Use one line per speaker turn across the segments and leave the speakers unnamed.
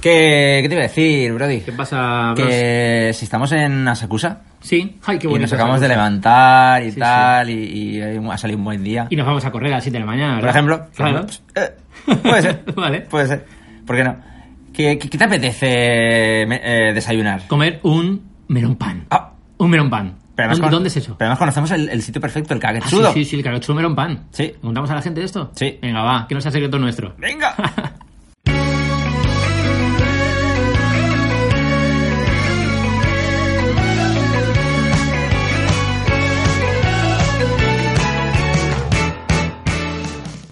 ¿Qué, ¿Qué te iba a decir, Brody?
¿Qué pasa, Bros?
Que si estamos en Asakusa
Sí, ay, qué
y
bonito.
nos acabamos
esa
de
cosa.
levantar y
Sí,
tal, y, y ha salido un buen día.
Y nos vamos a correr a las 7 de la mañana,
Por
¿verdad?
ejemplo,
Claro.
eh, puede ser.
Vale.
Puede ser. ¿Por qué no? ¿Qué, qué- qué te apetece me- eh, desayunar?
Comer un melón pan.
Ah,
Un melón pan.
pero además
¿Dónde,
cono-
dónde es eso?
Pero además conocemos el, el sitio perfecto, el
Ah,
caguetsudo.
sí, sí, sí, el carochudo melón pan.
Sí.
¿Contamos a la gente de esto?
Sí.
Venga, va, que no sea secreto nuestro.
¡Venga!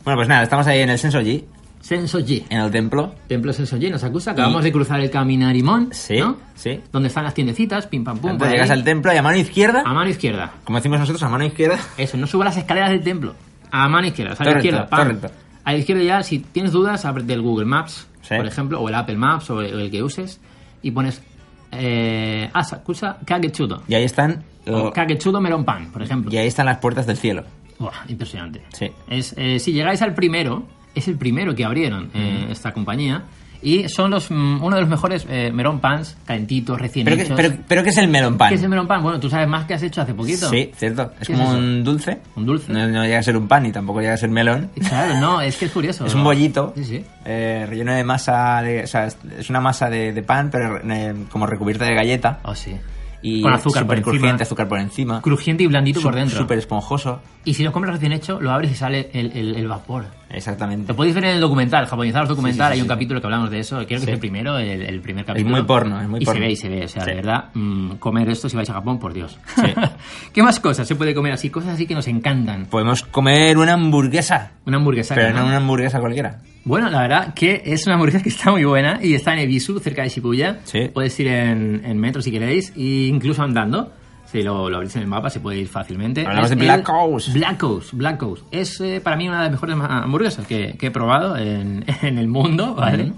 Bueno, pues nada, estamos ahí en el Sensoji,
Sensoji.
en el templo.
Templo Sensoji nos acusa. Acabamos de cruzar el Caminarimón.
Sí,
¿no?
sí.
Donde están las tiendecitas, pim pam pum. por
Entonces llegas
ahí.
al templo y a mano izquierda,
A mano izquierda.
como decimos nosotros, a mano izquierda,
Eso, no suba las escaleras del templo. A mano izquierda, o sea, a la
Correcto,
izquierda. pam.
correcto.
A la izquierda ya, si tienes dudas, abre el Google Maps,
Sí.
por ejemplo, o el Apple Maps, o el, o el que uses, y pones eh, Asakusa Kagechudo.
y ahí están,
O Kagechudo Melon Pan, por ejemplo.
y ahí están las puertas del cielo.
Buah, impresionante.
Sí.
Es, eh, si llegáis al primero, es el primero que abrieron eh, esta compañía. Y son los mm, uno de los mejores eh, melon pans, calentitos, recién
Pero, que,
hechos.
pero, pero ¿qué es el melón pan?
¿Qué es el melon pan? Bueno, tú sabes más que has hecho hace poquito.
Sí, cierto. Es
¿Qué
como
es eso?
un dulce.
Un dulce.
No, no llega a ser un pan y tampoco llega a ser melón.
Claro, no, es que es curioso.
Es
¿no?
un bollito
Sí, sí.
eh, relleno de masa, de, o sea, es- es una masa de, de pan, pero eh, como recubierta de galleta.
Ah, sí.
Y
Con azúcar por
súper
encima.
crujiente, azúcar por encima.
Crujiente y blandito por dentro.
Súper esponjoso.
Y si lo compras recién hecho, lo abres y sale el, el- el vapor.
Exactamente.
Lo podéis ver en el documental, japonizados documental,
Sí, sí, sí,
hay un
sí.
capítulo que hablamos de eso, creo que
Sí.
es el primero, el, el primer capítulo.
muy porno, es muy
y
porno.
se ve, y se ve, o sea,
Sí.
de verdad, mm, comer esto si vais a Japón, por Dios.
Sí.
¿Qué más cosas se puede comer así? Cosas así que nos encantan.
Podemos comer una hamburguesa,
Una hamburguesa.
pero
¿no?
no una hamburguesa cualquiera.
Bueno, la verdad que es una hamburguesa que está muy buena y está en Ebisu, cerca de Shibuya.
Sí.
Puedes ir en, en metro si queréis, e incluso andando. Si lo, lo abrís en el mapa, se puede ir fácilmente.
Hablamos
Es
de Black House.
Black House, Black House. Es eh, para mí una de las mejores ma- hamburguesas que, que he probado en, en el mundo, ¿vale?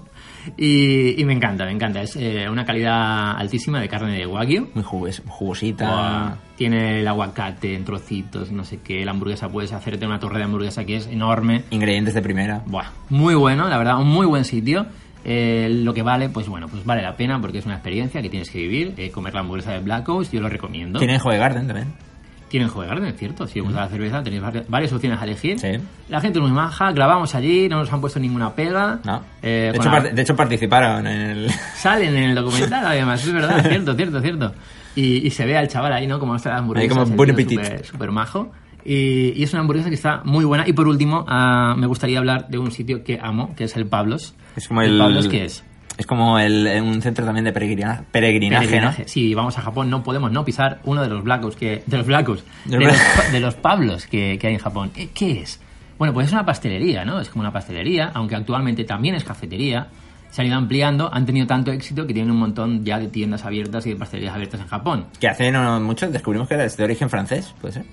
y, y me encanta, me encanta. Es eh, una calidad altísima de carne de wagyu.
Muy jugos-
Buah,
jugosita.
Tiene el aguacate en trocitos, no sé qué. La hamburguesa puedes hacerte una torre de hamburguesa que es enorme.
Ingredientes de primera.
Buah, muy bueno, la verdad, un muy buen sitio. Eh, lo que vale, pues bueno, pues vale la pena porque es una experiencia que tienes que vivir. Eh, comer la hamburguesa de Black Ops, yo lo recomiendo.
Tiene Joe Garden también.
Tienen Joe Garden, ¿cierto? Si os gusta la cerveza, tenéis vari- varias opciones a elegir.
Sí.
La gente es muy maja, grabamos allí, no nos han puesto ninguna pega.
No. de,
Eh, con
hecho,
la-
par- de hecho, participaron en el.
Salen en el documental, además, es verdad, cierto, cierto, cierto. Y, y se ve al chaval ahí, ¿no? Como está la hamburguesa.
Ahí como,
servido,
"Buen appetit".
súper- Súper majo. Y, y es una hamburguesa que está muy buena. Y por último, ah, me gustaría hablar de un sitio que amo, que es el Pablos.
Es como el.
Pablos qué es?
Es como el, eh, un centro también de peregrina- peregrinaje,
Peregrinaje.
¿no?
Si vamos a Japón, no podemos no pisar uno de los blackos que. De los blackos.
De
De,
los-
los, pa- de los pablos que, que hay en Japón. ¿Qué, qué es? Bueno, pues es una pastelería, ¿no? Es como una pastelería, aunque actualmente también es cafetería. Se han ido ampliando, han tenido tanto éxito que tienen un montón ya de tiendas abiertas y de pastelerías abiertas en Japón.
Que hace no mucho descubrimos que era de origen francés, puede ser.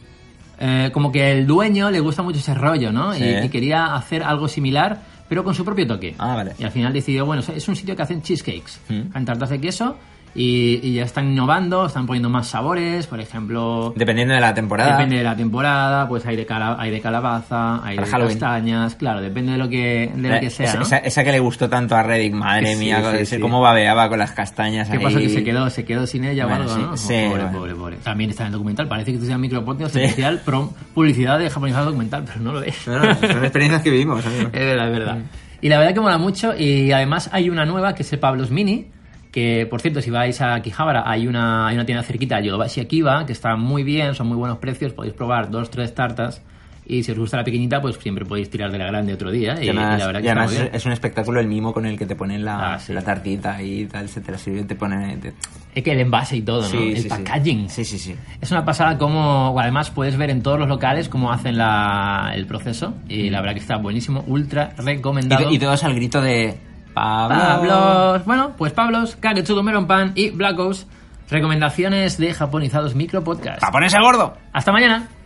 Eh, como que el dueño le gusta mucho ese rollo, ¿no?
Sí.
Y, y quería hacer algo similar, pero con su propio toque.
Ah, vale.
Y al final decidió, bueno, es un sitio que hacen cheesecakes,
Mm.
hacen tartas de queso y, y ya están innovando, están poniendo más sabores, por ejemplo,
Dependiendo de la temporada.
depende de la temporada, pues hay de, cala- hay de calabaza, hay
Para
de
Halloween.
castañas, claro, depende de lo que, de lo
La-
que sea,
Eh, esa,
¿no?
esa- esa que le gustó tanto a Reddick, madre
Sí,
mía,
sí,
ese
sí.
cómo babeaba con las castañas
¿Qué
ahí.
pasó? Que se quedó, se quedó sin ella
Bueno,
o algo,
sí,
¿no? Oh,
sí,
pobre,
bueno.
pobre, pobre. También está en el documental. Parece que esto sea un micropodcast
Sí.
especial pro- publicidad de japonizado documental, pero no lo es.
No, no, son experiencias que vivimos. amigo.
Es verdad, es verdad. Y la verdad que mola mucho. Y además hay una nueva que es el Pablo's Mini. Que, por cierto, si vais a Akihabara, hay una, hay una tienda cerquita, Yodobashi Akiba, que está muy bien, son muy buenos precios. Podéis probar dos, tres tartas. Y si os gusta la pequeñita, pues siempre podéis tirar de la grande otro día. Y,
Y además,
y la verdad
y
que está
además
muy bien.
es, es un espectáculo el mimo con el que te ponen la,
Ah, sí.
la tartita y tal, se te la sirve, te ponen... te-
Es que el envase y todo, ¿no?
Sí,
el
sí, sí.
packaging.
Sí, sí, sí.
Es una pasada como, además puedes ver en todos los locales cómo hacen la, el proceso y la verdad que está buenísimo, ultra
Y,
recomendado.
to- y todos al grito de... Pablo.
Pablos. Bueno, pues Pablos, Kaketsudo Meronpan y Black Ops. Recomendaciones de japonizados micro podcast.
¡Para ponerse gordo!
Hasta mañana.